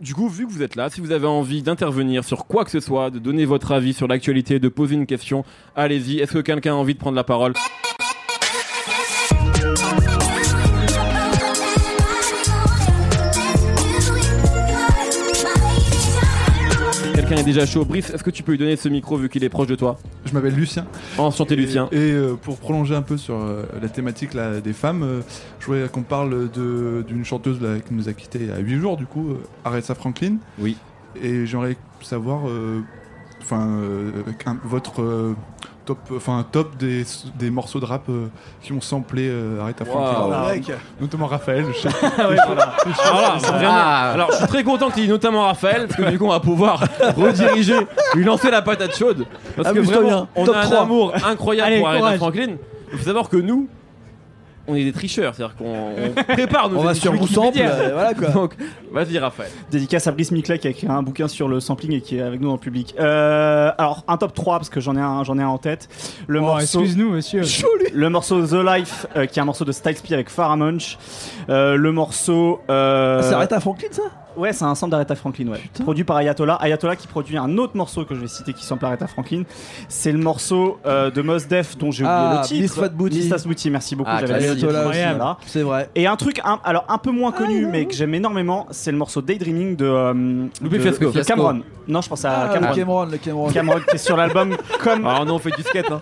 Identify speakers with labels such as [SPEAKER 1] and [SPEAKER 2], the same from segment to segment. [SPEAKER 1] Du coup, vu que vous êtes là, si vous avez envie d'intervenir sur quoi que ce soit, de donner votre avis sur l'actualité, de poser une question, allez-y. Est-ce que quelqu'un a envie de prendre la parole Quelqu'un est déjà chaud. Brice, est-ce que tu peux lui donner ce micro vu qu'il est proche de toi
[SPEAKER 2] Je m'appelle Lucien.
[SPEAKER 1] Enchanté,
[SPEAKER 2] et,
[SPEAKER 1] Lucien.
[SPEAKER 2] Et euh, pour prolonger un peu sur euh, la thématique là, des femmes, euh, je voulais qu'on parle de- d'une chanteuse là, qui nous a quitté il y a 8 jours, du coup, euh, Aretha Franklin.
[SPEAKER 1] Oui.
[SPEAKER 2] Et j'aimerais savoir, euh, enfin, euh, qu'un- votre euh, top, enfin, top des, des morceaux de rap euh, qui ont samplé euh, Aretha
[SPEAKER 1] Wow.
[SPEAKER 2] Franklin.
[SPEAKER 1] Ah,
[SPEAKER 3] Oh, Mec.
[SPEAKER 2] Notamment Raphaël, je sais.
[SPEAKER 1] Voilà, vraiment. Alors, je suis très content qu'il y ait notamment Raphaël, parce que du coup, on va pouvoir rediriger, lui lancer la patate chaude. Parce que
[SPEAKER 3] Amuse-toi
[SPEAKER 1] vraiment,
[SPEAKER 3] bien.
[SPEAKER 1] on
[SPEAKER 3] Top
[SPEAKER 1] a un
[SPEAKER 3] 3.
[SPEAKER 1] amour incroyable
[SPEAKER 4] Allez,
[SPEAKER 1] pour Aretha
[SPEAKER 4] courage.
[SPEAKER 1] Franklin. Il faut savoir que nous, on est des tricheurs, c'est-à-dire qu'on on prépare nos
[SPEAKER 3] On va sur
[SPEAKER 1] émissions
[SPEAKER 3] Moussample,
[SPEAKER 1] Wikipédia.
[SPEAKER 3] euh, voilà quoi.
[SPEAKER 1] Donc, vas-y, Raphaël.
[SPEAKER 4] Dédicace à Brice Miclet qui a écrit un bouquin sur le sampling et qui est avec nous dans le public. Euh, alors, un top 3 parce que j'en ai, un- j'en ai un en tête. Le,
[SPEAKER 5] Oh,
[SPEAKER 4] morceau,
[SPEAKER 5] excuse-nous, monsieur.
[SPEAKER 4] le morceau The Life euh, qui est un morceau de Styles P avec Farah Munch. Euh, le morceau. euh,
[SPEAKER 3] Ça arrête à Franklin ça
[SPEAKER 4] Ouais, c'est un sample d'Aretha Franklin, ouais. Produit par Ayatollah. Ayatollah qui produit un autre morceau que je vais citer qui sample Aretha Franklin. C'est le morceau euh, de Mos Def dont j'ai oublié
[SPEAKER 3] Ah,
[SPEAKER 4] le titre.
[SPEAKER 3] Miss Fat Booty.
[SPEAKER 4] Miss Fat Booty, merci beaucoup.
[SPEAKER 6] Ah,
[SPEAKER 4] j'avais
[SPEAKER 6] classique.
[SPEAKER 4] oublié le titre,
[SPEAKER 3] Ayatollah,
[SPEAKER 4] voilà.
[SPEAKER 3] aussi, C'est vrai.
[SPEAKER 4] Et un truc, un- alors un peu moins connu, mais que j'aime énormément, c'est le morceau Daydreaming de, euh,
[SPEAKER 1] Loupé
[SPEAKER 4] de-
[SPEAKER 1] Fiasco.
[SPEAKER 4] de Cameron. Non, je pense à
[SPEAKER 3] Ah, le
[SPEAKER 4] Cameron.
[SPEAKER 3] Cameron, le Cameron.
[SPEAKER 4] Cameron qui est sur l'album comme
[SPEAKER 1] Alors, non, on fait du skate. Hein.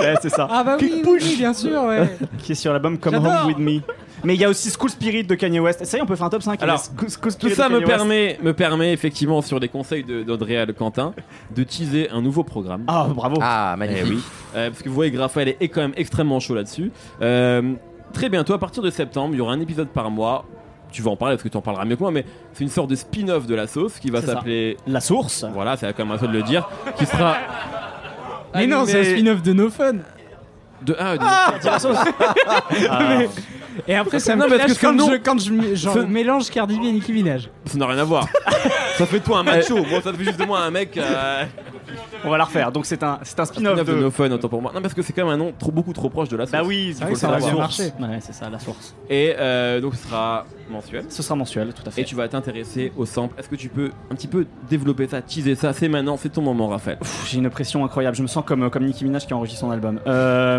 [SPEAKER 4] ouais, c'est ça,
[SPEAKER 5] Ah bah oui, oui, oui, bien sûr, ouais.
[SPEAKER 4] qui est sur l'album Come
[SPEAKER 5] J'adore.
[SPEAKER 4] Home With Me. Mais il y a aussi School Spirit de Kanye West. Ça y est, on peut faire un top 5.
[SPEAKER 1] Alors,
[SPEAKER 4] School, School
[SPEAKER 1] Tout
[SPEAKER 4] Spirit
[SPEAKER 1] ça
[SPEAKER 4] de
[SPEAKER 1] me
[SPEAKER 4] Kanye West.
[SPEAKER 1] permet, me permet effectivement, sur les conseils de- d'Andrea Le Quentin, de teaser un nouveau programme.
[SPEAKER 4] Ah,
[SPEAKER 3] Oh.
[SPEAKER 4] bravo.
[SPEAKER 6] Ah,
[SPEAKER 1] Eh
[SPEAKER 6] magnifique.
[SPEAKER 1] oui, Euh, parce que vous voyez que Raphaël est quand même extrêmement chaud là-dessus. Euh, très bientôt, à partir de septembre, il y aura un épisode par mois. Tu vas en parler parce que tu en parleras mieux que moi, mais c'est une sorte de spin-off de la sauce qui va
[SPEAKER 4] C'est ça.
[SPEAKER 1] s'appeler.
[SPEAKER 4] La source.
[SPEAKER 1] Voilà, c'est quand même à toi de le dire. Qui sera.
[SPEAKER 5] Mais non, c'est un spin-off de No Fun.
[SPEAKER 1] De ah, de-
[SPEAKER 4] Ah.
[SPEAKER 5] Et après, ça
[SPEAKER 1] que-
[SPEAKER 5] me
[SPEAKER 1] non, mais parce
[SPEAKER 5] clash
[SPEAKER 1] que ce
[SPEAKER 5] quand,
[SPEAKER 1] nom-
[SPEAKER 5] je, quand je mets- genre,
[SPEAKER 1] ce-
[SPEAKER 5] mélange Cardi B et Nicki Minaj.
[SPEAKER 1] Ça n'a rien à voir. ça fait de toi un macho. Moi, ça fait juste de moi un mec. euh,
[SPEAKER 4] On va la refaire. Donc, c'est un, c'est un spin-off
[SPEAKER 1] spin-off de
[SPEAKER 4] de.
[SPEAKER 1] No Fun, autant pour moi. Non, parce que c'est quand même un nom trop, beaucoup trop proche de la sauce.
[SPEAKER 4] Bah oui,
[SPEAKER 5] vrai que
[SPEAKER 4] faut le
[SPEAKER 5] ça
[SPEAKER 4] savoir.
[SPEAKER 5] a bien marché.
[SPEAKER 4] Ouais, c'est ça, la source.
[SPEAKER 1] Et euh, donc, ce sera mensuel.
[SPEAKER 4] Ce sera mensuel, tout à fait.
[SPEAKER 1] Et tu vas t'intéresser au sample. Est-ce que tu peux un petit peu développer ça, teaser ça C'est maintenant, c'est ton moment, Raphaël.
[SPEAKER 4] Pff, J'ai une pression incroyable. Je me sens comme, comme Nicki Minaj qui a enregistré son album. Euh,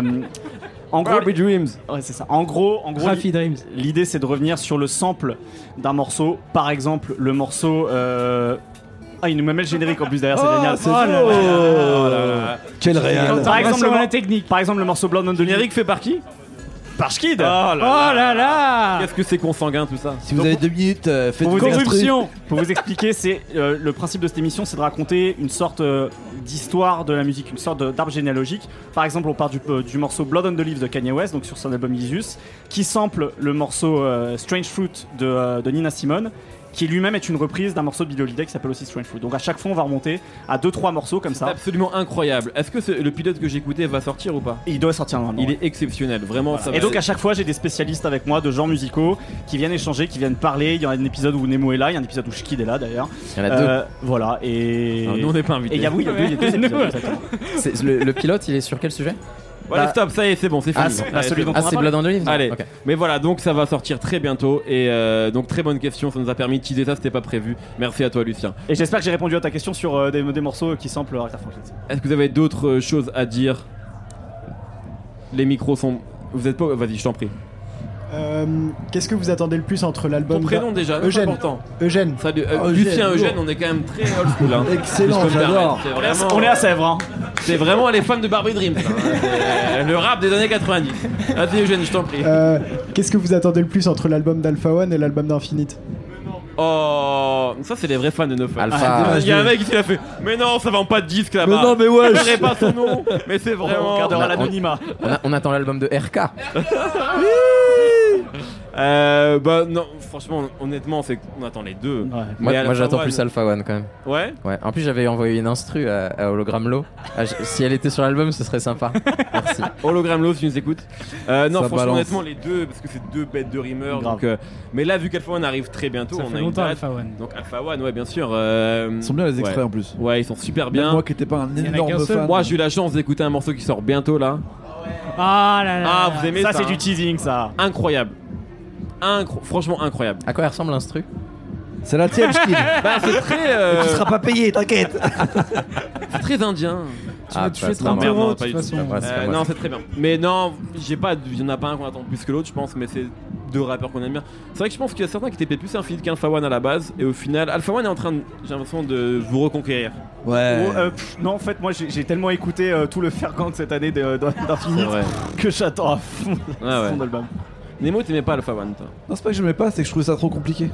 [SPEAKER 4] en gros,
[SPEAKER 1] Barbie Dreams.
[SPEAKER 4] ouais, c'est ça. En gros, en gros,
[SPEAKER 5] Graffy Dreams.
[SPEAKER 4] l'idée c'est de revenir sur le sample d'un morceau. Par exemple, le morceau. euh, Ah, il nous met le générique en plus derrière, c'est
[SPEAKER 3] Oh,
[SPEAKER 4] génial.
[SPEAKER 3] c'est
[SPEAKER 4] Oh là
[SPEAKER 3] beau.
[SPEAKER 4] là là là
[SPEAKER 1] Euh,
[SPEAKER 4] là.
[SPEAKER 3] Quel réel.
[SPEAKER 4] Par exemple, le,
[SPEAKER 5] la
[SPEAKER 4] mor-
[SPEAKER 5] technique.
[SPEAKER 4] par exemple, le morceau Blonde on the Lyric
[SPEAKER 1] Générique fait par qui
[SPEAKER 4] par Schkid.
[SPEAKER 5] Oh là
[SPEAKER 4] Ah.
[SPEAKER 5] là
[SPEAKER 1] Qu'est-ce que c'est consanguin tout ça
[SPEAKER 3] Si vous avez deux minutes, euh, faites
[SPEAKER 4] Pour vous,
[SPEAKER 3] une
[SPEAKER 4] expliquer, pour vous expliquer, c'est euh, le principe de cette émission, c'est de raconter une sorte euh, d'histoire de la musique, une sorte de- d'arbre généalogique. Par exemple, on part du, euh, du morceau Blood on the Leaves de Kanye West, donc sur son album Isus, qui sample le morceau euh, Strange Fruit de, euh, de Nina Simone, qui lui-même est une reprise d'un morceau de Billie Holiday qui s'appelle aussi Strange Fruit. Donc à chaque fois, on va remonter à deux trois morceaux comme
[SPEAKER 1] C'est
[SPEAKER 4] ça.
[SPEAKER 1] absolument incroyable. Est-ce que ce- le pilote que j'écoutais va sortir ou pas
[SPEAKER 4] Et il doit sortir normalement.
[SPEAKER 1] Il est exceptionnel, vraiment. Ça
[SPEAKER 4] Et
[SPEAKER 1] va-
[SPEAKER 4] donc à chaque fois j'ai des spécialistes avec moi de genres musicaux qui viennent échanger, qui viennent parler. Il y a un épisode où Nemo est là, il y a un épisode où Shkid est là d'ailleurs.
[SPEAKER 6] Il y en a deux.
[SPEAKER 4] Euh, voilà et
[SPEAKER 1] Non, Ah, nous on n'est pas
[SPEAKER 4] et
[SPEAKER 1] invités.
[SPEAKER 4] il y a oui, il y a deux, il y a deux
[SPEAKER 5] Ouais.
[SPEAKER 4] épisodes,
[SPEAKER 5] Nous,
[SPEAKER 4] exactement.
[SPEAKER 6] C'est- Le, le pilote, il est sur quel sujet
[SPEAKER 1] Voilà,
[SPEAKER 4] bah-
[SPEAKER 1] stop, ça y est, c'est bon, c'est fini.
[SPEAKER 6] Ah, c'est-
[SPEAKER 1] Allez,
[SPEAKER 4] bah,
[SPEAKER 1] c'est
[SPEAKER 4] celui
[SPEAKER 1] bon.
[SPEAKER 4] dont-
[SPEAKER 6] Ah,
[SPEAKER 4] On en
[SPEAKER 6] c'est
[SPEAKER 4] parle
[SPEAKER 6] Blood on the Leaves
[SPEAKER 1] Allez.
[SPEAKER 6] Ok.
[SPEAKER 1] Mais voilà, donc ça va sortir très bientôt. Et euh, donc, très bonne question, ça nous a permis de teaser ça, c'était pas prévu. Merci à toi, Lucien.
[SPEAKER 4] Et j'espère que j'ai répondu à ta question sur euh, des, des morceaux qui samplent Aretha Franklin.
[SPEAKER 1] Est-ce que vous avez d'autres euh, choses à dire Les micros sont. Vous êtes pas. Vas-y, je t'en prie.
[SPEAKER 7] Euh, Qu'est-ce que vous attendez le plus entre
[SPEAKER 1] Ton
[SPEAKER 5] bah,
[SPEAKER 7] l'album
[SPEAKER 1] prénom déjà, c'est
[SPEAKER 7] Eugène.
[SPEAKER 1] important.
[SPEAKER 7] Eugène
[SPEAKER 1] Ça, de- euh,
[SPEAKER 3] Oh,
[SPEAKER 1] Lucien
[SPEAKER 3] Eugène,
[SPEAKER 1] Eugène,
[SPEAKER 3] lourd.
[SPEAKER 1] on est quand même très old school. hein.
[SPEAKER 3] Excellent,
[SPEAKER 1] Je peux me
[SPEAKER 3] j'adore.
[SPEAKER 1] permettre,
[SPEAKER 4] On est,
[SPEAKER 1] c'est
[SPEAKER 4] à,
[SPEAKER 1] vraiment-
[SPEAKER 4] on est à Sèvres. hein.
[SPEAKER 1] C'est vraiment les femmes de Barbie Dream. ça, hein. C'est le rap des années 90. Vas-y Eugène, je t'en prie.
[SPEAKER 7] Euh, Qu'est-ce que vous attendez le plus entre l'album d'Alpha One et l'album d'Infinite
[SPEAKER 1] Oh, ça c'est les vrais fans de No Fun.
[SPEAKER 6] Alpha.
[SPEAKER 1] Il y a un mec qui l'a fait. Mais non, ça vend pas de disque
[SPEAKER 3] Mais non,
[SPEAKER 1] là-bas.
[SPEAKER 3] mais
[SPEAKER 1] Je
[SPEAKER 3] wesh.
[SPEAKER 1] dirai pas son nom, mais c'est
[SPEAKER 4] On
[SPEAKER 1] vraiment.
[SPEAKER 4] regardera
[SPEAKER 6] on-
[SPEAKER 4] l'anonymat.
[SPEAKER 6] on, a- on attend l'album de RK.
[SPEAKER 1] Euh, bah non, franchement, honnêtement, c'est on attend les deux. Mais
[SPEAKER 6] Moi,
[SPEAKER 1] Alpha
[SPEAKER 6] moi, j'attends
[SPEAKER 1] One-
[SPEAKER 6] plus Alpha One quand même.
[SPEAKER 1] Ouais.
[SPEAKER 6] Ouais. En plus, j'avais envoyé une instru à, à Hologram Low. Ah, je- si elle était sur l'album, ce serait sympa. Merci.
[SPEAKER 1] Hologram Love, si tu nous écoutes. Euh, non,
[SPEAKER 6] Ça
[SPEAKER 1] franchement,
[SPEAKER 6] balance.
[SPEAKER 1] honnêtement, les deux, parce que c'est deux bêtes de rimeurs.
[SPEAKER 4] Grave.
[SPEAKER 1] Donc, euh, mais là, vu qu'Alpha One arrive très bientôt,
[SPEAKER 5] Ça
[SPEAKER 1] on
[SPEAKER 5] fait
[SPEAKER 1] a une
[SPEAKER 5] longtemps,
[SPEAKER 1] date.
[SPEAKER 5] Alpha One.
[SPEAKER 1] Donc Alpha One, ouais, bien sûr. euh,
[SPEAKER 3] Ils sont bien les extraits en plus.
[SPEAKER 1] Ouais, ouais, ils sont super
[SPEAKER 3] Même
[SPEAKER 1] bien.
[SPEAKER 3] Moi qui n'étais pas un
[SPEAKER 5] en a
[SPEAKER 3] énorme
[SPEAKER 5] qu'un seul.
[SPEAKER 3] fan.
[SPEAKER 1] Moi, j'ai eu la chance d'écouter un morceau qui sort bientôt là.
[SPEAKER 5] Ah là là
[SPEAKER 1] Ah,
[SPEAKER 5] là.
[SPEAKER 1] vous aimez ça
[SPEAKER 4] Ça, c'est
[SPEAKER 1] hein
[SPEAKER 4] du teasing, ça.
[SPEAKER 1] Incroyable. Incro- Franchement incroyable.
[SPEAKER 6] À quoi elle ressemble l'instru
[SPEAKER 3] C'est la tienne, Steve.
[SPEAKER 1] Bah, c'est très, euh,
[SPEAKER 3] Tu seras pas payé, t'inquiète.
[SPEAKER 1] c'est très indien.
[SPEAKER 5] Tu
[SPEAKER 6] Ah,
[SPEAKER 5] m'as
[SPEAKER 6] bah,
[SPEAKER 5] touché
[SPEAKER 6] c'est pas
[SPEAKER 5] 30
[SPEAKER 6] moi.
[SPEAKER 1] Non,
[SPEAKER 5] euros de
[SPEAKER 1] pas
[SPEAKER 5] toute
[SPEAKER 1] du tout.
[SPEAKER 5] façon.
[SPEAKER 3] Ah,
[SPEAKER 6] Ouais, c'est
[SPEAKER 1] Euh,
[SPEAKER 6] pas moi.
[SPEAKER 1] non, c'est très bien. Mais non, j'ai pas, il y en a pas un qu'on attend plus que l'autre, je pense, mais c'est deux rappeurs qu'on aime bien. C'est vrai que je pense qu'il y a certains qui étaient plus un feed qu'Alpha One à la base, et au final, Alpha One est en train, de- j'ai l'impression, de vous reconquérir.
[SPEAKER 3] Ouais.
[SPEAKER 4] Oh, euh, pff, non, en fait, moi j'ai j'ai tellement écouté euh, tout le Fergang cette année de- de- d'Infinite
[SPEAKER 1] vrai.
[SPEAKER 4] que j'attends à fond
[SPEAKER 1] Ah ouais.
[SPEAKER 4] son album.
[SPEAKER 1] Nemo, t'aimais pas Alpha One, toi
[SPEAKER 3] Non, c'est pas que j'aimais pas, c'est que je trouvais ça trop compliqué.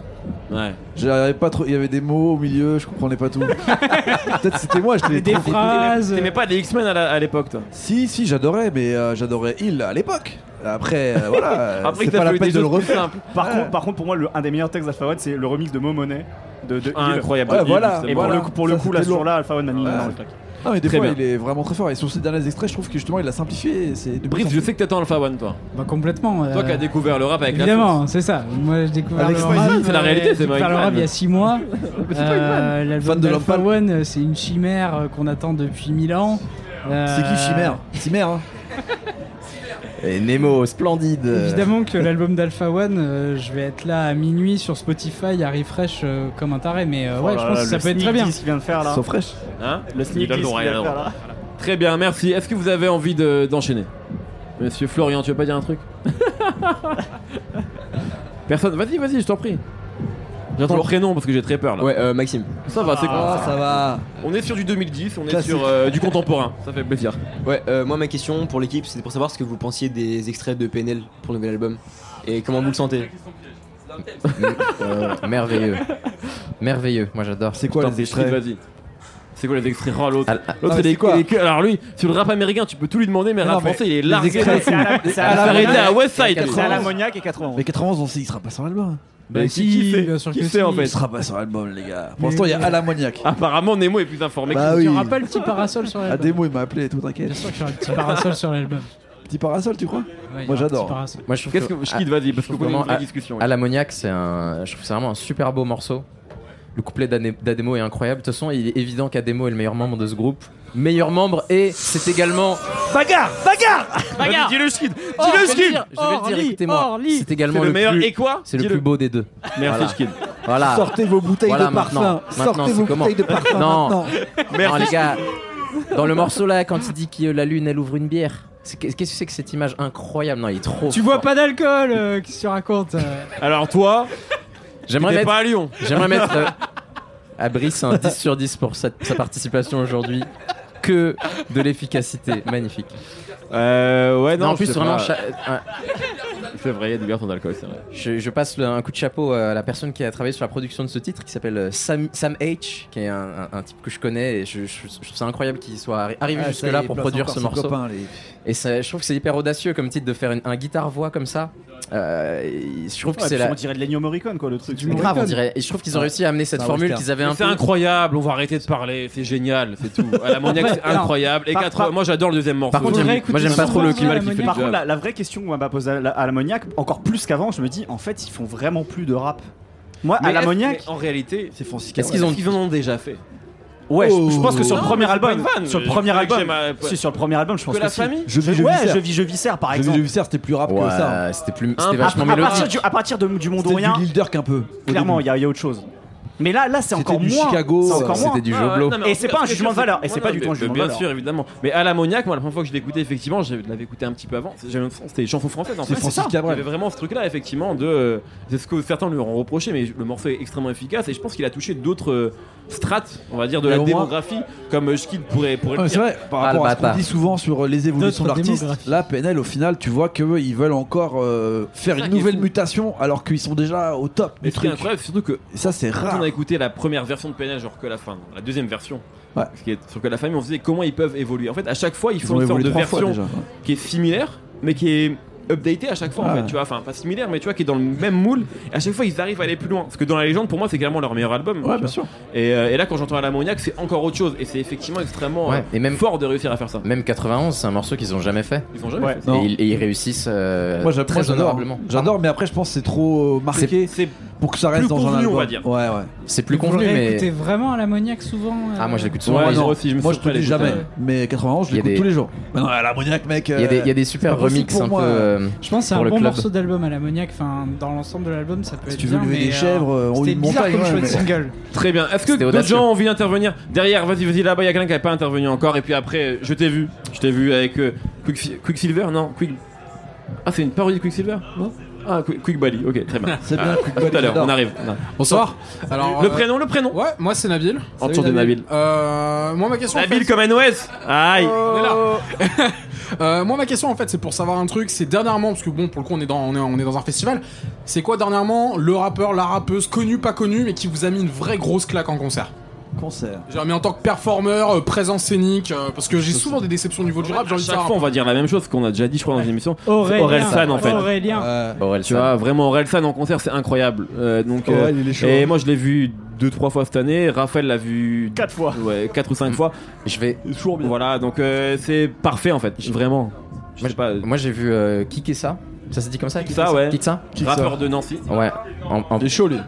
[SPEAKER 1] Ouais.
[SPEAKER 3] J'arrivais pas trop. Il y avait des mots au milieu, je comprenais pas tout. Peut-être c'était moi, je l'ai
[SPEAKER 5] Des
[SPEAKER 3] trop-
[SPEAKER 5] phrases.
[SPEAKER 1] T'aimais pas les X-Men à la- à l'époque, toi
[SPEAKER 3] Si, si, j'adorais, mais euh, j'adorais il à l'époque. Après, euh, voilà.
[SPEAKER 1] Après
[SPEAKER 3] c'est
[SPEAKER 1] que t'as
[SPEAKER 3] pas la
[SPEAKER 1] fait
[SPEAKER 3] peine
[SPEAKER 1] des
[SPEAKER 3] de le
[SPEAKER 1] choses plus
[SPEAKER 3] refaire.
[SPEAKER 1] simples.
[SPEAKER 4] Par, contre, par contre, pour moi, le, un des meilleurs textes d'Alpha One, c'est le remix de Momonet de, de Hill.
[SPEAKER 1] Ah, Incroyable.
[SPEAKER 3] Ouais, voilà.
[SPEAKER 1] justement.
[SPEAKER 4] Et pour
[SPEAKER 3] Voilà.
[SPEAKER 4] le coup, pour le
[SPEAKER 3] Ça,
[SPEAKER 4] coup là,
[SPEAKER 3] c'était
[SPEAKER 4] sur
[SPEAKER 3] long.
[SPEAKER 4] là, Alpha One m'a mis une
[SPEAKER 3] Ouais.
[SPEAKER 4] main dans le claque.
[SPEAKER 3] Non, mais des
[SPEAKER 1] Très
[SPEAKER 3] fois,
[SPEAKER 1] bien.
[SPEAKER 3] il est vraiment très fort. Et sur ces derniers extraits, je trouve que justement, il a simplifié. et C'est de
[SPEAKER 1] Brice, je sais que t'attends Alpha One, toi.
[SPEAKER 5] Bah, complètement.
[SPEAKER 1] Toi
[SPEAKER 5] euh,
[SPEAKER 1] qui as découvert le rap avec la
[SPEAKER 5] Évidemment, c'est ça. Moi, j'ai découvert
[SPEAKER 3] Alex
[SPEAKER 5] le
[SPEAKER 3] Maison,
[SPEAKER 5] rap.
[SPEAKER 1] c'est la
[SPEAKER 5] euh,
[SPEAKER 1] réalité,
[SPEAKER 5] j'ai
[SPEAKER 1] c'est pas
[SPEAKER 5] découvert
[SPEAKER 1] une
[SPEAKER 5] le
[SPEAKER 1] vanne.
[SPEAKER 5] rap il y a 6 mois. Euh,
[SPEAKER 3] Fan
[SPEAKER 5] L'album
[SPEAKER 3] de
[SPEAKER 5] de
[SPEAKER 3] Lampal.
[SPEAKER 5] One, euh, c'est une chimère euh, qu'on attend depuis 1000 ans. Euh,
[SPEAKER 3] C'est qui Chimère hein. Chimère, hein
[SPEAKER 6] Et Nemo, splendide.
[SPEAKER 3] Euh.
[SPEAKER 5] Évidemment que l'album d'Alpha One, euh, je vais être là à minuit sur Spotify à refresh euh, comme un taré, mais euh, ouais,
[SPEAKER 4] Oh là
[SPEAKER 5] je pense
[SPEAKER 4] là,
[SPEAKER 5] que ça
[SPEAKER 4] le
[SPEAKER 5] peut être très
[SPEAKER 4] sneak
[SPEAKER 5] bien.
[SPEAKER 4] peek qu'il vient de faire là.
[SPEAKER 3] Sauf fraîche.
[SPEAKER 1] Hein
[SPEAKER 4] Le sneak peek
[SPEAKER 1] Ils
[SPEAKER 4] qu'il
[SPEAKER 1] ont
[SPEAKER 4] vient
[SPEAKER 1] rien,
[SPEAKER 4] de faire là.
[SPEAKER 1] Très bien, merci. Est-ce que vous avez envie de- d'enchaîner Monsieur Florian, tu veux pas dire un truc Personne Vas-y, vas-y, je t'en prie. J'attends le prénom parce que j'ai très peur là.
[SPEAKER 6] Ouais, euh, Maxime.
[SPEAKER 1] Ça va, c'est quoi
[SPEAKER 3] Ah, ça va.
[SPEAKER 1] On est sur du 2010, on est
[SPEAKER 3] Classique.
[SPEAKER 1] sur euh, du contemporain. Ça fait plaisir.
[SPEAKER 8] Ouais, euh, moi ma question pour l'équipe c'était pour savoir ce que vous pensiez des extraits de PNL pour le nouvel album et comment vous le sentez.
[SPEAKER 6] Euh, merveilleux. Merveilleux, moi j'adore.
[SPEAKER 3] C'est quoi
[SPEAKER 1] Putain,
[SPEAKER 3] les extraits
[SPEAKER 1] Vas-y. C'est quoi les extraits Oh, l'autre
[SPEAKER 6] Ah, ah,
[SPEAKER 1] L'autre,
[SPEAKER 3] mais
[SPEAKER 1] il est
[SPEAKER 3] c'est quoi
[SPEAKER 1] il est que- Alors lui, sur le rap américain, tu peux tout lui demander, mais
[SPEAKER 3] Mais
[SPEAKER 1] rap
[SPEAKER 3] non, mais
[SPEAKER 1] français, il est
[SPEAKER 3] les
[SPEAKER 1] largué. Il
[SPEAKER 3] extraits,
[SPEAKER 4] C'est à la- c'est à
[SPEAKER 3] À
[SPEAKER 1] a
[SPEAKER 4] la-
[SPEAKER 3] la-
[SPEAKER 1] arrêté à Westside.
[SPEAKER 4] c'est à l'ammoniac et 91.
[SPEAKER 3] Mais 91, on sait, il sera pas sur l'album. hein.
[SPEAKER 1] Bah,
[SPEAKER 5] Mais
[SPEAKER 1] qui-
[SPEAKER 5] si,
[SPEAKER 1] qui sait
[SPEAKER 5] bien sûr
[SPEAKER 1] Qui
[SPEAKER 5] que
[SPEAKER 1] sait,
[SPEAKER 5] si.
[SPEAKER 1] en
[SPEAKER 3] Il
[SPEAKER 1] fait
[SPEAKER 3] sera pas sur l'album, les gars. Pour l'instant, il y a Alamoniac.
[SPEAKER 1] Apparemment, Nemo est plus informé.
[SPEAKER 3] Bah
[SPEAKER 5] Tu
[SPEAKER 3] oui. Ah,
[SPEAKER 5] auras pas le petit parasol sur
[SPEAKER 3] À
[SPEAKER 5] l'album.
[SPEAKER 3] démo, il m'a appelé et tout, t'inquiète.
[SPEAKER 5] Bien sûr qu'il y aura le petit parasol sur l'album.
[SPEAKER 3] Petit parasol, tu crois
[SPEAKER 5] Ouais, il y aura
[SPEAKER 3] Moi,
[SPEAKER 5] un
[SPEAKER 3] j'adore.
[SPEAKER 5] petit parasol.
[SPEAKER 6] Moi je trouve
[SPEAKER 1] Qu'est-ce
[SPEAKER 6] que-
[SPEAKER 3] Ah.
[SPEAKER 1] que je quitte Vas-y, parce que
[SPEAKER 6] vraiment,
[SPEAKER 1] vraiment la
[SPEAKER 6] à-
[SPEAKER 1] discussion.
[SPEAKER 6] À l'ammoniac, c'est un, je trouve que c'est vraiment un super beau morceau. Le couplet d'Ane- d'Ademo est incroyable. De toute façon, il est évident qu'Ademo est le meilleur membre de ce groupe. Meilleur membre et c'est également.
[SPEAKER 4] Bagarre, bagarre.
[SPEAKER 1] Vas-y, Dis-le, Skid
[SPEAKER 6] je
[SPEAKER 1] Dis-le,
[SPEAKER 6] vais Oh, le
[SPEAKER 1] Skid
[SPEAKER 6] dire, je vais le dire,
[SPEAKER 5] Orly,
[SPEAKER 6] écoutez-moi.
[SPEAKER 5] Orly.
[SPEAKER 6] C'est
[SPEAKER 1] C'est
[SPEAKER 6] également
[SPEAKER 1] le
[SPEAKER 6] le,
[SPEAKER 1] meilleur
[SPEAKER 6] plus,
[SPEAKER 1] et quoi
[SPEAKER 6] c'est le
[SPEAKER 1] Dis-le.
[SPEAKER 6] plus beau des deux.
[SPEAKER 1] Merci,
[SPEAKER 6] Voilà.
[SPEAKER 1] Skid.
[SPEAKER 6] Voilà.
[SPEAKER 3] Sortez vos bouteilles
[SPEAKER 6] Ah. Voilà,
[SPEAKER 3] de parfum.
[SPEAKER 6] maintenant.
[SPEAKER 3] Sortez
[SPEAKER 6] Maintenant, c'est
[SPEAKER 3] vos
[SPEAKER 6] comment
[SPEAKER 3] bouteilles de parfum.
[SPEAKER 6] Non.
[SPEAKER 3] maintenant.
[SPEAKER 6] Non, les gars, dans le morceau là, quand il dit que la lune elle ouvre une bière, c'est- qu'est-ce que c'est que cette image incroyable Non, il est trop.
[SPEAKER 5] Tu
[SPEAKER 6] fort.
[SPEAKER 5] vois pas d'alcool, euh, qu'est-ce que tu racontes euh
[SPEAKER 1] Alors toi,
[SPEAKER 6] J'aimerais
[SPEAKER 1] t'es
[SPEAKER 6] mettre,
[SPEAKER 1] pas à Lyon.
[SPEAKER 6] j'aimerais mettre euh, à Brice un 10 sur 10 pour sa, sa participation aujourd'hui. Que de l'efficacité, magnifique.
[SPEAKER 1] Euh, ouais,
[SPEAKER 6] Non, en plus,
[SPEAKER 1] c'est
[SPEAKER 6] vraiment,
[SPEAKER 1] pas-
[SPEAKER 6] cha- euh,
[SPEAKER 1] c'est vrai, il y a du bière ton alcool, c'est vrai.
[SPEAKER 6] je, je passe le- un coup de chapeau euh, à la personne qui a travaillé sur la production de ce titre, qui s'appelle euh, Sam, Sam H, qui est un, un- un type que je connais, et je, je- je trouve ça incroyable qu'il soit arri- arrivé
[SPEAKER 3] Ah, ça y
[SPEAKER 6] jusque-là
[SPEAKER 3] est,
[SPEAKER 6] pour
[SPEAKER 3] place
[SPEAKER 6] produire
[SPEAKER 3] encore
[SPEAKER 6] ce
[SPEAKER 3] ses
[SPEAKER 6] morceau.
[SPEAKER 3] copains, les-
[SPEAKER 6] Et ça- je trouve que c'est hyper audacieux comme titre de faire une- un guitare-voix comme ça. Euh, et je trouve que c'est
[SPEAKER 4] Ouais,
[SPEAKER 6] la.
[SPEAKER 4] On dirait de l'Ennio Morricone quoi le truc.
[SPEAKER 3] du
[SPEAKER 6] Grave, on dirait. Et je trouve qu'ils ont réussi à amener cette
[SPEAKER 3] C'est un
[SPEAKER 6] formule
[SPEAKER 3] western.
[SPEAKER 6] qu'ils avaient un
[SPEAKER 1] C'est
[SPEAKER 6] peu.
[SPEAKER 1] incroyable, on va arrêter de parler, c'est génial, c'est tout. À la maniaque, c'est
[SPEAKER 5] Alors,
[SPEAKER 1] incroyable. Et
[SPEAKER 4] par-
[SPEAKER 1] quatre-
[SPEAKER 4] par-
[SPEAKER 1] moi j'adore le deuxième morceau.
[SPEAKER 6] Par contre,
[SPEAKER 5] Faudrait
[SPEAKER 6] j'aime-
[SPEAKER 5] écouter
[SPEAKER 6] moi j'aime
[SPEAKER 5] ce
[SPEAKER 6] pas trop
[SPEAKER 5] morceau
[SPEAKER 6] le
[SPEAKER 5] à
[SPEAKER 6] kimal
[SPEAKER 5] la
[SPEAKER 6] qui fait le
[SPEAKER 5] Monique.
[SPEAKER 4] Par contre,
[SPEAKER 1] job.
[SPEAKER 4] la, la vraie question qu'on m'a posée à la- à l'ammoniac, encore plus qu'avant, je me dis en fait, ils font vraiment plus de rap. Moi,
[SPEAKER 1] Mais
[SPEAKER 4] à
[SPEAKER 1] est-ce-
[SPEAKER 4] l'ammoniac,
[SPEAKER 1] mais En réalité,
[SPEAKER 3] C'est Fonsica.
[SPEAKER 6] Est-ce qu'ils ont.
[SPEAKER 1] en ont déjà fait
[SPEAKER 4] ouais, je- je,
[SPEAKER 3] Oh.
[SPEAKER 4] pense que sur le
[SPEAKER 1] Non,
[SPEAKER 4] premier
[SPEAKER 1] mais c'est
[SPEAKER 4] album,
[SPEAKER 1] pas une vanne.
[SPEAKER 4] sur le
[SPEAKER 1] Je
[SPEAKER 4] premier
[SPEAKER 1] croyais que
[SPEAKER 4] album,
[SPEAKER 1] j'aimais-
[SPEAKER 4] si, sur le premier album, je pense
[SPEAKER 1] Que la
[SPEAKER 4] si.
[SPEAKER 1] famille
[SPEAKER 3] Je vis, je
[SPEAKER 4] ouais,
[SPEAKER 3] vis,
[SPEAKER 4] je vis, je vis serre, par
[SPEAKER 3] Je vis,
[SPEAKER 4] exemple.
[SPEAKER 3] je vis, c'était plus rap que ça. hein.
[SPEAKER 6] Ouais, c'était plus,
[SPEAKER 1] Un-
[SPEAKER 6] c'était vachement
[SPEAKER 4] à, à
[SPEAKER 6] mélodique.
[SPEAKER 4] partir du, à partir de- du monde
[SPEAKER 3] C'était
[SPEAKER 4] rien,
[SPEAKER 3] du Lilder qu'un peu. au
[SPEAKER 4] clairement, il
[SPEAKER 3] début.
[SPEAKER 4] y, a- il y a autre chose. Mais là, là, c'est
[SPEAKER 3] C'était
[SPEAKER 4] encore
[SPEAKER 3] du
[SPEAKER 4] moins.
[SPEAKER 3] Chicago,
[SPEAKER 4] c'est encore
[SPEAKER 3] euh,
[SPEAKER 4] moins.
[SPEAKER 6] C'était du joblo.
[SPEAKER 1] Ah, non, mais
[SPEAKER 4] Et
[SPEAKER 1] en
[SPEAKER 4] c'est
[SPEAKER 1] fait,
[SPEAKER 4] pas un
[SPEAKER 1] ce que
[SPEAKER 4] jugement de
[SPEAKER 1] je veux dire,
[SPEAKER 4] valeur, et
[SPEAKER 1] c'est-
[SPEAKER 4] c'est pas
[SPEAKER 1] non,
[SPEAKER 4] du
[SPEAKER 1] mais-
[SPEAKER 4] tout un jugement
[SPEAKER 1] Bien
[SPEAKER 4] de valeur.
[SPEAKER 1] sûr, évidemment. Mais à l'ammoniac, moi, la première fois que je l'ai écouté, effectivement, je l'avais écouté un petit peu avant. J'ai l'impression que C'était une chanson française en
[SPEAKER 3] C'est
[SPEAKER 1] fait.
[SPEAKER 3] Francis
[SPEAKER 1] Il y avait
[SPEAKER 3] Cabrel.
[SPEAKER 1] vraiment ce truc-là, effectivement, de. euh, C'est ce que certains lui ont reproché, mais le morceau est extrêmement efficace et je pense qu'il a touché d'autres euh, strates, on va dire, de
[SPEAKER 3] Et
[SPEAKER 1] la
[SPEAKER 3] au moins-
[SPEAKER 1] démographie, comme euh, Schkid pourrait, pourrait
[SPEAKER 3] Ah,
[SPEAKER 1] le
[SPEAKER 3] mais C'est
[SPEAKER 1] dire.
[SPEAKER 3] vrai, par
[SPEAKER 6] Ah, le
[SPEAKER 3] rapport à ce qu'on
[SPEAKER 6] bâtard.
[SPEAKER 3] dit souvent sur euh, les évolutions
[SPEAKER 5] D'autres
[SPEAKER 3] d'artistes,
[SPEAKER 5] démographies.
[SPEAKER 3] là, PNL, au final, tu vois qu'ils veulent encore euh, faire
[SPEAKER 1] C'est ça
[SPEAKER 3] une
[SPEAKER 1] qui est
[SPEAKER 3] nouvelle
[SPEAKER 1] fou.
[SPEAKER 3] mutation alors qu'ils sont déjà au top
[SPEAKER 1] Mais
[SPEAKER 3] du
[SPEAKER 1] ce qui est
[SPEAKER 3] truc.
[SPEAKER 1] incroyable, c'est surtout que
[SPEAKER 3] Et ça, c'est
[SPEAKER 1] quand
[SPEAKER 3] rare.
[SPEAKER 1] on a écouté la première version de PNL, genre que la fin, la deuxième version,
[SPEAKER 3] Ouais.
[SPEAKER 1] ce qui est sur que la famille, on se disait comment ils peuvent évoluer. En fait, à chaque fois, ils
[SPEAKER 3] Ils
[SPEAKER 1] font
[SPEAKER 3] ont
[SPEAKER 1] une sorte
[SPEAKER 3] évolué
[SPEAKER 1] de
[SPEAKER 3] trois fois
[SPEAKER 1] version
[SPEAKER 3] déjà.
[SPEAKER 1] qui est similaire, mais qui est updaté à chaque fois, en
[SPEAKER 3] Ah
[SPEAKER 1] fait,
[SPEAKER 3] ouais.
[SPEAKER 1] tu vois, enfin pas similaire, mais tu vois, qui est dans le même moule, et à chaque fois ils arrivent à aller plus loin. Parce que dans la légende, pour moi, c'est clairement leur meilleur album. tu
[SPEAKER 3] Ouais,
[SPEAKER 1] vois.
[SPEAKER 3] bien sûr.
[SPEAKER 1] Et, euh, et là, quand j'entends à l'ammoniac, c'est encore autre chose, et c'est effectivement extrêmement
[SPEAKER 6] Ouais,
[SPEAKER 1] euh,
[SPEAKER 6] et même-
[SPEAKER 1] fort de réussir à faire ça.
[SPEAKER 6] Même 91, c'est un morceau qu'ils ont jamais fait.
[SPEAKER 1] Ils ont jamais
[SPEAKER 4] Ouais.
[SPEAKER 1] fait ça.
[SPEAKER 3] Non.
[SPEAKER 6] Et ils, et ils réussissent euh,
[SPEAKER 3] Moi, j'a- moi,
[SPEAKER 6] très
[SPEAKER 3] j'adore.
[SPEAKER 6] honorablement.
[SPEAKER 3] J'adore, mais après, je pense que c'est trop euh, marqué.
[SPEAKER 1] C'est
[SPEAKER 3] pour que ça reste
[SPEAKER 1] Plus
[SPEAKER 3] dans un
[SPEAKER 1] convenu, on
[SPEAKER 3] album.
[SPEAKER 1] va dire.
[SPEAKER 3] Ouais, ouais.
[SPEAKER 6] C'est plus convenu,
[SPEAKER 5] Vous l'écoutez
[SPEAKER 6] mais.
[SPEAKER 5] vraiment à l'ammoniaque souvent euh,
[SPEAKER 6] Ah, moi je l'écoute
[SPEAKER 1] Ouais,
[SPEAKER 6] souvent.
[SPEAKER 1] moi,
[SPEAKER 6] mais-
[SPEAKER 1] non. aussi, je me
[SPEAKER 3] Moi,
[SPEAKER 1] suis
[SPEAKER 3] je te
[SPEAKER 1] pas
[SPEAKER 3] dis
[SPEAKER 1] l'écouter.
[SPEAKER 3] jamais,
[SPEAKER 5] Ouais.
[SPEAKER 3] mais 91, je
[SPEAKER 6] Il y a
[SPEAKER 3] l'écoute
[SPEAKER 6] des-
[SPEAKER 3] tous les jours. Mais non, à l'ammoniaque, mec. euh,
[SPEAKER 6] Il y, a des- il y a des super
[SPEAKER 3] pas possible
[SPEAKER 6] remix
[SPEAKER 3] pour
[SPEAKER 6] un peu.
[SPEAKER 3] moi.
[SPEAKER 6] euh,
[SPEAKER 5] Je pense que c'est un
[SPEAKER 6] Pour le
[SPEAKER 5] bon
[SPEAKER 6] club.
[SPEAKER 5] morceau d'album à l'ammoniaque. Enfin, dans l'ensemble de l'album, ça peut
[SPEAKER 3] Si
[SPEAKER 5] être
[SPEAKER 3] tu veux
[SPEAKER 5] bien,
[SPEAKER 3] lever
[SPEAKER 5] mais,
[SPEAKER 3] des
[SPEAKER 5] euh,
[SPEAKER 3] chèvres euh, ou
[SPEAKER 5] C'était
[SPEAKER 3] une
[SPEAKER 5] bizarre
[SPEAKER 3] montagne.
[SPEAKER 5] comme
[SPEAKER 3] ouais,
[SPEAKER 5] choix de
[SPEAKER 3] mais-
[SPEAKER 5] single.
[SPEAKER 1] Très bien. Est-ce que
[SPEAKER 6] C'était
[SPEAKER 1] d'autres
[SPEAKER 6] audacieux.
[SPEAKER 1] gens ont envie d'intervenir Derrière, vas-y, vas-y, là-bas, il y a quelqu'un qui n'avait pas intervenu encore. Et puis après, euh, je t'ai vu. Je t'ai vu avec euh, Quick- Quicksilver Non Quick... Ah, c'est une parodie de Quicksilver Non Ah, Quick, Quick Bally. Ok, très bien.
[SPEAKER 3] C'est bien,
[SPEAKER 1] À tout à l'heure, on arrive.
[SPEAKER 9] Bonsoir. Alors,
[SPEAKER 1] Le
[SPEAKER 9] euh,
[SPEAKER 1] prénom, le prénom
[SPEAKER 9] Ouais, moi c'est Nabil.
[SPEAKER 1] Autour de Nabil.
[SPEAKER 9] Euh, moi ma question. en
[SPEAKER 1] Nabil
[SPEAKER 9] fait-
[SPEAKER 1] comme NOS Aïe
[SPEAKER 9] On est là. Euh, moi ma question en fait c'est pour savoir un truc, c'est dernièrement parce que bon pour le coup on est dans on est, on est dans un festival, c'est quoi dernièrement le rappeur, la rappeuse connu pas connu mais qui vous a mis une vraie grosse claque en concert.
[SPEAKER 3] Concert.
[SPEAKER 9] Genre mais en tant que performeur, euh, présence scénique euh, parce que j'ai souvent des déceptions au niveau du rap, j'ai
[SPEAKER 1] À
[SPEAKER 9] envie de
[SPEAKER 1] chaque
[SPEAKER 9] savoir.
[SPEAKER 1] fois, on va dire la même chose qu'on a déjà dit, je crois, dans une émission. C'est
[SPEAKER 5] Aurélien.
[SPEAKER 1] Aurel San, en fait.
[SPEAKER 5] Aurélien.
[SPEAKER 3] Ouais.
[SPEAKER 6] Aurel
[SPEAKER 1] Tu
[SPEAKER 6] San.
[SPEAKER 1] vois, vraiment, Aurel San en concert, c'est incroyable. Euh, donc, euh,
[SPEAKER 3] Aurel, il est chaud.
[SPEAKER 1] et moi, je l'ai vu deux, trois fois cette année. Raphaël l'a vu.
[SPEAKER 4] Quatre fois.
[SPEAKER 1] Ouais, quatre ou cinq fois.
[SPEAKER 6] Je vais.
[SPEAKER 1] Toujours bien. Voilà, donc euh, c'est parfait en fait, vraiment. Je
[SPEAKER 6] Moi,
[SPEAKER 1] sais pas, euh,
[SPEAKER 6] Moi j'ai vu euh, Kick et ça. Ça se dit comme ça Kick
[SPEAKER 1] Ça,
[SPEAKER 6] et
[SPEAKER 1] ouais.
[SPEAKER 6] Kick ça
[SPEAKER 1] rappeur de Nancy.
[SPEAKER 6] Ouais. En, en-
[SPEAKER 3] Il est chaud, lui.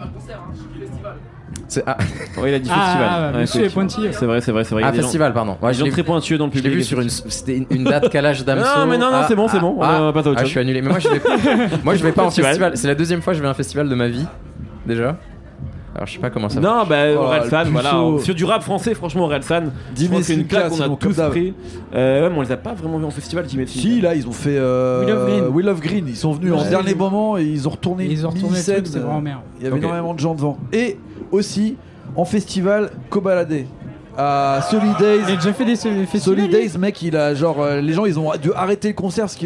[SPEAKER 6] c'est- ah,
[SPEAKER 1] Oui, il a dit
[SPEAKER 5] Ah,
[SPEAKER 1] festival.
[SPEAKER 5] ah,
[SPEAKER 1] Ouais,
[SPEAKER 5] monsieur les
[SPEAKER 1] effectivement.
[SPEAKER 5] pointillés.
[SPEAKER 1] C'est vrai, c'est vrai, c'est vrai. Il y a
[SPEAKER 6] ah,
[SPEAKER 1] des gens-
[SPEAKER 6] festival, pardon. Ouais,
[SPEAKER 1] des
[SPEAKER 6] je
[SPEAKER 1] gens,
[SPEAKER 6] l'ai
[SPEAKER 1] très pointueux dans le
[SPEAKER 6] je l'ai
[SPEAKER 1] public.
[SPEAKER 6] vu sur une. C'était une, une date calage d'Amso.
[SPEAKER 1] Non, mais non, non,
[SPEAKER 6] Ah,
[SPEAKER 1] c'est bon, c'est
[SPEAKER 6] ah,
[SPEAKER 1] bon. On
[SPEAKER 6] ah,
[SPEAKER 1] va passer à autre
[SPEAKER 6] ah,
[SPEAKER 1] chose.
[SPEAKER 6] je suis annulé. Mais moi je vais, moi, je vais pas en
[SPEAKER 1] Festival.
[SPEAKER 6] festival. C'est la deuxième fois que je vais à un festival de ma vie. Déjà. Alors je sais pas comment ça va.
[SPEAKER 1] Non, bah,
[SPEAKER 3] Oh,
[SPEAKER 1] Aurel
[SPEAKER 3] le
[SPEAKER 1] San, voilà.
[SPEAKER 3] puceau.
[SPEAKER 1] Sur du rap français, franchement, Aurel San. Je pense que c'est une claque qu'on a tous pris. Euh, ouais, mais on les a pas vraiment vus en festival, Jimmy Fallon.
[SPEAKER 3] Si, là, ils ont fait euh,
[SPEAKER 5] Will of Green.
[SPEAKER 3] Will of Green. Ils sont venus
[SPEAKER 5] Ouais.
[SPEAKER 3] en dernier moment et ils ont retourné
[SPEAKER 5] Ils ont
[SPEAKER 3] une
[SPEAKER 5] retourné le
[SPEAKER 3] mini-scène,
[SPEAKER 5] truc, c'est
[SPEAKER 3] euh,
[SPEAKER 5] vraiment merde.
[SPEAKER 3] Il y avait
[SPEAKER 1] Ok.
[SPEAKER 3] énormément de gens devant. Et aussi, en festival, Cobaladé. À Solidays.
[SPEAKER 5] Il a déjà fait des des festivals. lui
[SPEAKER 3] Solidays, mec, il a genre. euh, les gens, ils ont dû arrêter le concert parce que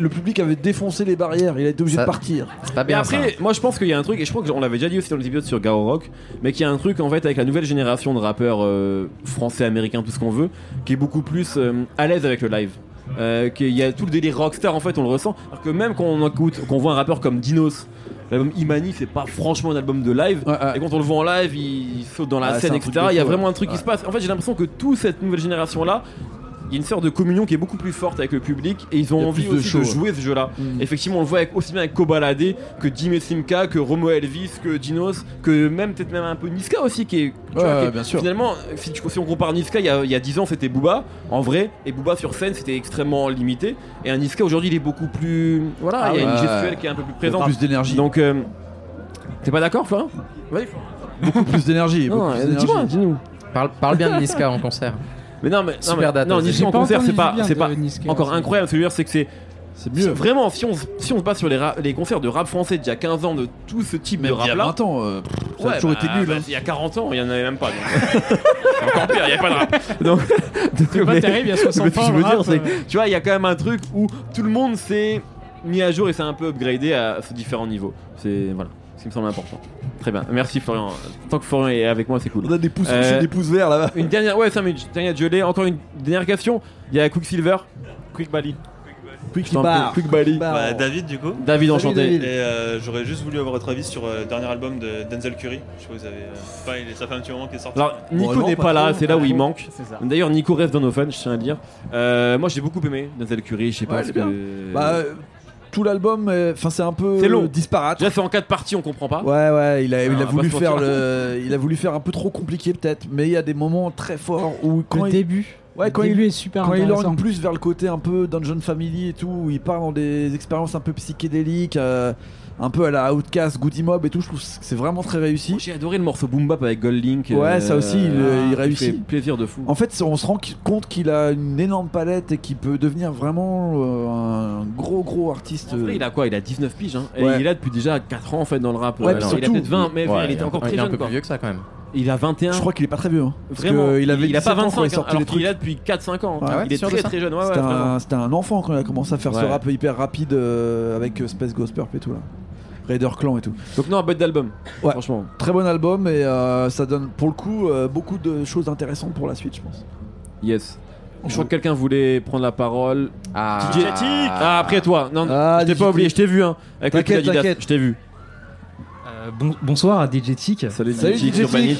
[SPEAKER 3] le public avait défoncé les barrières. Il a été obligé
[SPEAKER 6] Ça-
[SPEAKER 3] de partir.
[SPEAKER 6] C'est pas
[SPEAKER 1] Mais
[SPEAKER 6] bien.
[SPEAKER 1] après, moi je pense qu'il y a un truc, et je crois qu'on l'avait déjà dit aussi dans les épisodes sur Garo Rock, mais qu'il y a un truc en fait avec la nouvelle génération de rappeurs euh, français, américains, tout ce qu'on veut, qui est beaucoup plus euh, à l'aise avec le live. Euh, qu'il y a tout le délire rockstar en fait, on le ressent. Alors que même quand on écoute, qu'on voit un rappeur comme Dinos, l'album Imani, c'est pas franchement un album de live.
[SPEAKER 3] Ouais, ouais.
[SPEAKER 1] Et quand on le voit en live, il saute dans la
[SPEAKER 3] Ah,
[SPEAKER 1] scène,
[SPEAKER 3] c'est un truc
[SPEAKER 1] etc.
[SPEAKER 3] de
[SPEAKER 1] Il y a
[SPEAKER 3] fou,
[SPEAKER 1] vraiment
[SPEAKER 3] ouais.
[SPEAKER 1] un truc qui
[SPEAKER 3] Ouais.
[SPEAKER 1] se passe. En fait, j'ai l'impression que toute cette nouvelle génération là, il y a une sorte de communion qui est beaucoup plus forte avec le public et ils
[SPEAKER 3] Il y
[SPEAKER 1] ont
[SPEAKER 3] a
[SPEAKER 1] envie
[SPEAKER 3] plus de
[SPEAKER 1] aussi
[SPEAKER 3] show,
[SPEAKER 1] de
[SPEAKER 3] ouais.
[SPEAKER 1] jouer ce jeu-là.
[SPEAKER 3] Mm.
[SPEAKER 1] Effectivement, on le voit avec, aussi bien avec Kobalade que Jimmy Simka, que Romo Elvis, que Dinos, que même peut-être même un peu Niska aussi qui est. tu qui
[SPEAKER 3] Ouais, ouais,
[SPEAKER 1] est-
[SPEAKER 3] bien sûr.
[SPEAKER 1] Finalement, si, tu- si on compare Niska, il y a, il y a 10 ans c'était Booba en vrai et Booba sur scène c'était extrêmement limité et un Niska aujourd'hui il est beaucoup plus voilà
[SPEAKER 3] Ah
[SPEAKER 1] il y a
[SPEAKER 3] ouais.
[SPEAKER 1] une gestuelle qui est un peu plus
[SPEAKER 3] Il y a
[SPEAKER 1] présente.
[SPEAKER 3] Plus d'énergie.
[SPEAKER 1] Donc euh, t'es pas d'accord, Florian
[SPEAKER 3] Plus d'énergie.
[SPEAKER 1] Non,
[SPEAKER 3] beaucoup plus
[SPEAKER 1] euh,
[SPEAKER 3] d'énergie.
[SPEAKER 1] dis-moi, dis-nous.
[SPEAKER 6] Parle, parle bien de Niska en concert.
[SPEAKER 1] Mais non, mais non,
[SPEAKER 6] Super
[SPEAKER 1] mais-
[SPEAKER 6] date,
[SPEAKER 1] non
[SPEAKER 6] vas-y.
[SPEAKER 1] Niska en
[SPEAKER 5] J'ai pas
[SPEAKER 1] concert c'est
[SPEAKER 5] entendu euh,
[SPEAKER 1] pas
[SPEAKER 5] du bien
[SPEAKER 1] c'est
[SPEAKER 5] de
[SPEAKER 1] pas
[SPEAKER 5] Niska,
[SPEAKER 1] encore
[SPEAKER 5] c'est-
[SPEAKER 1] incroyable. Ce que je veux dire c'est que c'est
[SPEAKER 3] C'est
[SPEAKER 1] Si-
[SPEAKER 3] mieux.
[SPEAKER 1] Vraiment, si on, se- si on se base sur les, ra- les concerts de rap français d'il y a 15 ans, de tout ce type de
[SPEAKER 3] Il y a
[SPEAKER 1] rap-là,
[SPEAKER 3] 20 ans, euh, ça
[SPEAKER 1] ouais,
[SPEAKER 3] a toujours
[SPEAKER 1] bah,
[SPEAKER 3] été nul.
[SPEAKER 1] bah,
[SPEAKER 3] hein.
[SPEAKER 1] Il y a 40 ans, il n'y en avait même pas. donc. C'est encore pire, il n'y avait pas de rap. Donc, donc, mais-
[SPEAKER 5] Pas terrible, il y a
[SPEAKER 1] mais ce
[SPEAKER 5] 60
[SPEAKER 1] que
[SPEAKER 5] ans.
[SPEAKER 1] je veux
[SPEAKER 5] le
[SPEAKER 1] dire,
[SPEAKER 5] rap,
[SPEAKER 1] c'est
[SPEAKER 5] euh,
[SPEAKER 1] que, tu vois, il y a quand même un truc où tout le monde s'est mis à jour et s'est un peu upgradé à ce différents niveaux. C'est voilà, ce qui me semble important. Très bien, merci Florian. Tant que Florian est avec moi, c'est cool.
[SPEAKER 3] On a des pouces
[SPEAKER 1] Euh,
[SPEAKER 3] rouges et des pouces verts là-bas.
[SPEAKER 1] Une dernière, ouais, 5 minutes, dernière gelée, encore une dernière question. Il y a Quicksilver,
[SPEAKER 4] Quick Bally.
[SPEAKER 3] Quick
[SPEAKER 1] Bar.
[SPEAKER 3] Quick Bally.
[SPEAKER 10] Bah, David, du coup.
[SPEAKER 1] David Enchanté.
[SPEAKER 10] Et euh, j'aurais juste voulu avoir votre avis sur euh, le dernier album de Denzel Curry. Je sais que vous avez. euh, pas, il est- ça fait un petit moment qu'il est sorti.
[SPEAKER 1] Alors, Nico
[SPEAKER 3] Vraiment
[SPEAKER 1] n'est
[SPEAKER 3] pas
[SPEAKER 1] pas là,
[SPEAKER 3] trop,
[SPEAKER 1] c'est là où il manque.
[SPEAKER 4] C'est ça.
[SPEAKER 1] D'ailleurs, Nico reste dans nos fans, je tiens à le dire. Euh, moi, j'ai beaucoup aimé Denzel Curry, je sais pas.
[SPEAKER 3] Ouais,
[SPEAKER 1] ce
[SPEAKER 3] c'est
[SPEAKER 1] que-
[SPEAKER 3] bien. Bah, euh, tout l'album, euh, enfin c'est un peu
[SPEAKER 1] C'est long.
[SPEAKER 3] disparate.
[SPEAKER 1] Déjà, c'est en 4 parties, on comprend pas.
[SPEAKER 3] Ouais, ouais, il a, il
[SPEAKER 1] on va
[SPEAKER 3] a
[SPEAKER 1] pas
[SPEAKER 3] voulu
[SPEAKER 1] se
[SPEAKER 3] faire
[SPEAKER 1] mentir.
[SPEAKER 3] le, il a voulu faire un peu trop compliqué peut-être, mais il y a des moments très forts où quand
[SPEAKER 5] Le
[SPEAKER 3] il,
[SPEAKER 5] début.
[SPEAKER 3] ouais, quand
[SPEAKER 5] le début
[SPEAKER 3] il,
[SPEAKER 5] est super
[SPEAKER 3] quand il
[SPEAKER 5] intéressant.
[SPEAKER 3] orne plus vers le côté un peu Dungeon Family et tout, où il part dans des expériences un peu psychédéliques, euh, un peu à la Outcast, Goody Mob et tout, je trouve que c'est vraiment très réussi.
[SPEAKER 1] Moi, J'ai adoré le morceau Boom Bap avec Gold Link.
[SPEAKER 3] Ouais, ça aussi, il, euh, il
[SPEAKER 1] qui
[SPEAKER 3] réussit.
[SPEAKER 1] fait plaisir de fou.
[SPEAKER 3] En fait, on se rend compte qu'il a une énorme palette et qu'il peut devenir vraiment euh, un gros gros artiste.
[SPEAKER 1] En vrai, il a quoi Il a 19 piges, hein. Et
[SPEAKER 3] Ouais.
[SPEAKER 1] il est là depuis déjà 4 ans en fait dans le rap.
[SPEAKER 3] Ouais,
[SPEAKER 1] Euh,
[SPEAKER 3] puis
[SPEAKER 1] il a
[SPEAKER 3] surtout,
[SPEAKER 1] peut-être 20, mais
[SPEAKER 6] Ouais,
[SPEAKER 1] il était
[SPEAKER 6] est
[SPEAKER 1] encore
[SPEAKER 6] un-
[SPEAKER 1] très
[SPEAKER 6] il est un
[SPEAKER 1] jeune.
[SPEAKER 6] peu
[SPEAKER 1] quoi.
[SPEAKER 6] plus vieux que ça quand même.
[SPEAKER 1] Il a 21.
[SPEAKER 3] Je crois qu'il est pas très vieux. hein, parce
[SPEAKER 1] Vraiment.
[SPEAKER 3] que il, avait
[SPEAKER 1] il a pas
[SPEAKER 3] 17 ans quand
[SPEAKER 1] 25
[SPEAKER 3] il
[SPEAKER 1] hein,
[SPEAKER 3] sortait
[SPEAKER 1] alors
[SPEAKER 3] les trucs.
[SPEAKER 1] qu'il est là depuis 4-5 ans.
[SPEAKER 3] Ah
[SPEAKER 6] ouais,
[SPEAKER 1] il est
[SPEAKER 6] sûr de
[SPEAKER 1] très
[SPEAKER 6] ça
[SPEAKER 1] très jeune. Ouais, ouais,
[SPEAKER 3] C'était
[SPEAKER 1] vraiment.
[SPEAKER 3] un, c'était un enfant quand il a commencé à faire ce
[SPEAKER 1] Ouais.
[SPEAKER 3] rap hyper rapide euh, avec euh, Space Ghost Purp et tout là. Raider Clan et tout.
[SPEAKER 1] Donc, non, un bête d'album.
[SPEAKER 3] Ouais.
[SPEAKER 1] Franchement.
[SPEAKER 3] Très bon album et euh, ça donne pour le coup euh, beaucoup de choses intéressantes pour la suite, je pense.
[SPEAKER 1] Yes. Je crois que quelqu'un voulait prendre la parole.
[SPEAKER 6] Ah,
[SPEAKER 1] DJ Ah, après toi. Non,
[SPEAKER 3] Ah,
[SPEAKER 1] je t'ai
[SPEAKER 3] DJ
[SPEAKER 1] pas oublié, je t'ai vu. Hein, avec le
[SPEAKER 3] T'inquiète,
[SPEAKER 1] Adidas,
[SPEAKER 3] t'inquiète.
[SPEAKER 1] Je t'ai vu.
[SPEAKER 11] Euh, bon- bonsoir à DJ Tic.
[SPEAKER 1] Salut,
[SPEAKER 3] Salut,
[SPEAKER 1] DJ
[SPEAKER 3] DJ
[SPEAKER 1] Urbanit.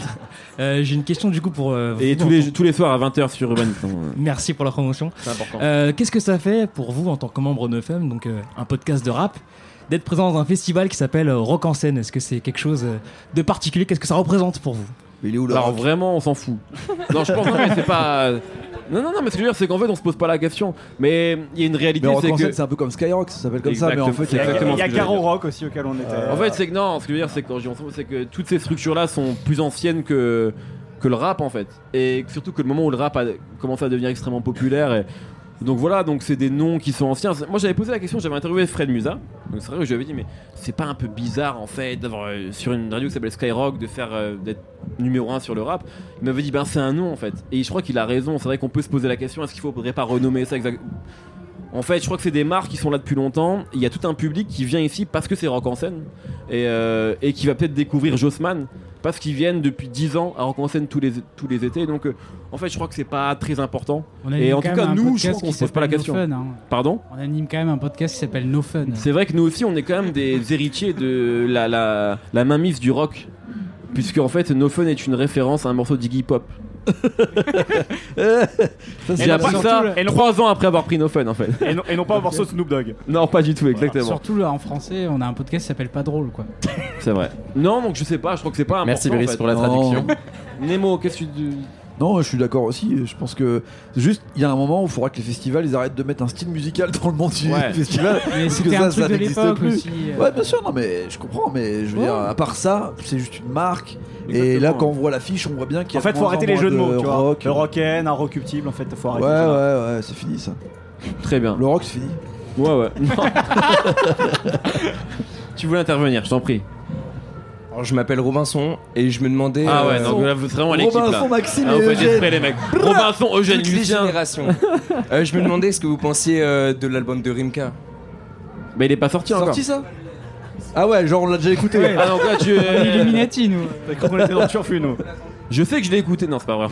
[SPEAKER 11] Euh, J'ai une question du coup pour. euh,
[SPEAKER 1] Et
[SPEAKER 11] vous,
[SPEAKER 1] tous
[SPEAKER 11] en
[SPEAKER 1] les,
[SPEAKER 11] tant-
[SPEAKER 1] tous les soirs à 20h sur Urbanit.
[SPEAKER 11] Merci pour la promotion.
[SPEAKER 1] C'est important.
[SPEAKER 11] Euh, Qu'est-ce que ça fait pour vous en tant que membre de Femme, donc euh, un euh, podcast de rap, d'être présent dans un festival qui s'appelle euh, Rock en scène. Est-ce que c'est quelque chose euh, de particulier Qu'est-ce que ça représente pour vous
[SPEAKER 1] Mais il est où Alors vraiment, on s'en fout. Non, je pense non, mais c'est pas. Non, non, non, mais ce que je veux dire, c'est qu'en fait, on se pose pas la question. Mais il y a une réalité,
[SPEAKER 3] Mais en
[SPEAKER 1] c'est que.
[SPEAKER 3] c'est un peu comme Skyrock, ça s'appelle comme ça, mais en
[SPEAKER 1] Exactement,
[SPEAKER 3] fait,
[SPEAKER 1] c'est exactement
[SPEAKER 4] Il y a
[SPEAKER 1] ce que j'allais
[SPEAKER 4] Caro
[SPEAKER 1] dire.
[SPEAKER 4] Rock aussi auquel on était.
[SPEAKER 1] Euh, En fait, c'est que non, ce que je veux dire, c'est que quand je dis ensemble, c'est que toutes ces structures-là sont plus anciennes que que le rap en fait, et surtout que le moment où le rap a commencé à devenir extrêmement populaire. Et... Donc voilà, donc c'est des noms qui sont anciens. Moi, j'avais posé la question, j'avais interviewé Fred Musa. Donc c'est vrai que je lui avais dit, mais c'est pas un peu bizarre en fait d'avoir euh, sur une radio qui s'appelle Skyrock de faire euh, d'être numéro un sur le rap. Il m'avait dit, ben c'est un nom en fait. Et je crois qu'il a raison. C'est vrai qu'on peut se poser la question, est-ce qu'il faudrait pas renommer ça exactement en fait, je crois que c'est des marques qui sont là depuis longtemps. Il y a tout un public qui vient ici parce que c'est rock en scène et, euh, et qui va peut-être découvrir Jossman parce qu'ils viennent depuis 10 ans à rock en scène tous les, tous les étés. Donc, euh, en fait, je crois que c'est pas très important.
[SPEAKER 11] On
[SPEAKER 1] Et
[SPEAKER 11] anime
[SPEAKER 1] en tout
[SPEAKER 11] quand
[SPEAKER 1] cas,
[SPEAKER 11] même un
[SPEAKER 1] nous, je
[SPEAKER 11] podcast
[SPEAKER 1] crois qu'on
[SPEAKER 11] qui
[SPEAKER 1] se pose pas la
[SPEAKER 11] s'appelle No
[SPEAKER 1] question.
[SPEAKER 11] Fun, hein.
[SPEAKER 1] Pardon
[SPEAKER 11] On anime quand même un podcast qui s'appelle No Fun.
[SPEAKER 1] c'est vrai que nous aussi, on est quand même des héritiers de la, la, la mainmise du rock. Puisque en fait, No Fun est une référence à un morceau d'Iggy Pop. J'ai
[SPEAKER 4] non,
[SPEAKER 1] appris
[SPEAKER 4] surtout
[SPEAKER 1] ça
[SPEAKER 4] le- et non-
[SPEAKER 1] trois ans après avoir pris No Fun en fait.
[SPEAKER 4] Et non, et non pas au morceau de Snoop Dogg.
[SPEAKER 1] Non, pas du tout, exactement.
[SPEAKER 11] Surtout là, en français, on a un podcast qui s'appelle Pas drôle quoi.
[SPEAKER 1] C'est vrai. Non, donc je sais pas, je crois que c'est pas important.
[SPEAKER 6] Merci, Brice,
[SPEAKER 1] en fait.
[SPEAKER 6] pour la
[SPEAKER 1] Non.
[SPEAKER 6] traduction.
[SPEAKER 1] Nemo, qu'est-ce que tu.
[SPEAKER 3] Non, je suis d'accord aussi. Je pense que c'est juste, il y a un moment où il faudra que les festivals ils arrêtent de mettre un style musical dans le monde du
[SPEAKER 1] Ouais.
[SPEAKER 3] festival.
[SPEAKER 1] Mais
[SPEAKER 3] parce que
[SPEAKER 1] c'était un
[SPEAKER 3] ça,
[SPEAKER 1] truc
[SPEAKER 3] ça
[SPEAKER 1] de
[SPEAKER 3] n'existe
[SPEAKER 1] l'époque
[SPEAKER 3] plus.
[SPEAKER 1] aussi, euh.
[SPEAKER 3] Ouais, bien sûr, non, mais je comprends. Mais je veux dire, à part ça, c'est juste une marque. Et là, quand on voit l'affiche, on voit bien qu'il y a
[SPEAKER 4] En fait,
[SPEAKER 3] de
[SPEAKER 4] faut
[SPEAKER 3] moins
[SPEAKER 4] arrêter les
[SPEAKER 3] en moins
[SPEAKER 4] jeux de mots, tu vois.
[SPEAKER 3] rock.
[SPEAKER 4] Le rocken, un recuptible, en fait, faut
[SPEAKER 3] Ouais,
[SPEAKER 4] arrêter.
[SPEAKER 3] ouais,
[SPEAKER 4] tout ça.
[SPEAKER 3] ouais, c'est fini ça.
[SPEAKER 1] Très bien.
[SPEAKER 3] Le rock, c'est fini.
[SPEAKER 1] Ouais, ouais. tu voulais intervenir, je t'en prie.
[SPEAKER 12] Alors, je m'appelle Robinson et je me demandais. euh,
[SPEAKER 1] Ah ouais, donc là, vous êtes vraiment à l'équipe, Robinson, là. Maxime Ah, et vous faites Eugène. esprit, les mecs. Robinson, Eugène,
[SPEAKER 12] Toutes les
[SPEAKER 1] Lucien.
[SPEAKER 12] générations. Euh, je me demandais ce que vous pensiez euh, de l'album de Rimka.
[SPEAKER 1] Bah, il est pas sorti
[SPEAKER 12] encore.
[SPEAKER 3] Sorti ça Ah ouais, genre on l'a déjà écouté.
[SPEAKER 1] Ah, donc là, tu-
[SPEAKER 11] On est Illuminati, nous.
[SPEAKER 1] Je sais que je l'ai écouté, non, c'est pas vrai.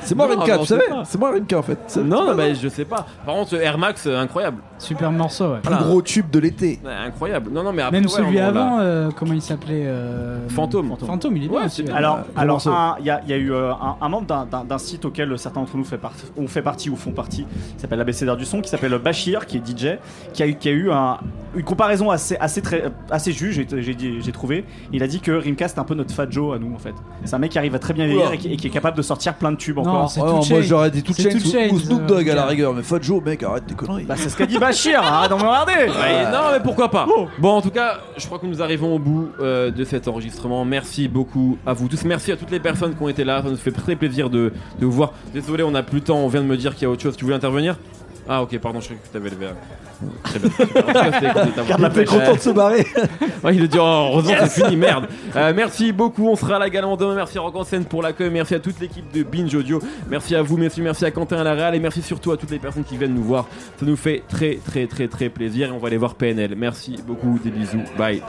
[SPEAKER 3] C'est moi
[SPEAKER 1] Non,
[SPEAKER 3] Rimka,
[SPEAKER 1] non,
[SPEAKER 3] tu
[SPEAKER 1] c'est
[SPEAKER 3] savais
[SPEAKER 1] pas.
[SPEAKER 3] C'est moi Rimka en fait. C'est-
[SPEAKER 1] Non, non, bah, je sais pas. Par contre, Air Max, euh, incroyable.
[SPEAKER 11] Super morceau, ouais.
[SPEAKER 3] Plus gros tube de l'été.
[SPEAKER 1] Ouais, incroyable. Non, non, mais après,
[SPEAKER 11] Même
[SPEAKER 1] ouais,
[SPEAKER 11] celui
[SPEAKER 1] on- on l'a-
[SPEAKER 11] avant, euh, comment il s'appelait euh,
[SPEAKER 1] Fantôme.
[SPEAKER 11] Fantôme, il est bien. aussi.
[SPEAKER 4] Alors, alors un- il y, a- il y a eu euh, un, un membre d'un- d'un d'un site auquel certains d'entre nous fait part- ont fait partie ou font partie, qui s'appelle l'ABCDR du son, qui s'appelle Bachir, qui est DJ, qui a eu, qui a eu un- une comparaison assez, assez, très, assez juste, j'ai- j'ai dit- j'ai trouvé. Il a dit que Rimka c'est un peu notre Fat Joe à nous en fait. C'est un mec qui arrive à très bien vieillir et, qui- et qui est capable de sortir plein de tubes encore.
[SPEAKER 3] Ouais, non, moi j'aurais dit tout chain ou, ou Snoop Dogg à la rigueur, mais Fat Joe, mec, arrête tes conneries.
[SPEAKER 4] Bah, c'est ce qu'a dit Bachir, arrête d'en regarder
[SPEAKER 1] Ouais, Non, mais pourquoi pas Bon, en tout cas, je crois que nous arrivons au bout euh, de cet enregistrement. Merci beaucoup à vous tous. Merci à toutes les personnes qui ont été là. Ça nous fait très plaisir de, de vous voir. Désolé, on n'a plus le temps. On vient de me dire qu'il y a autre chose. Tu voulais intervenir Ah, ok, pardon, je croyais que tu avais levé. la- Très bien. En tout cas, c'était content de t'avoir.
[SPEAKER 3] Regarde, la paix content de se barrer.
[SPEAKER 1] Ouais, il a dit oh, heureusement
[SPEAKER 3] Yes.
[SPEAKER 1] c'est fini, merde. Euh, merci beaucoup, on sera là également demain. Merci à Rock en scène pour l'accueil, merci à toute l'équipe de Binge Audio, merci à vous, merci, merci à Quentin à la Real et merci surtout à toutes les personnes qui viennent nous voir. Ça nous fait très très très très plaisir et on va aller voir PNL. Merci beaucoup, des bisous, bye.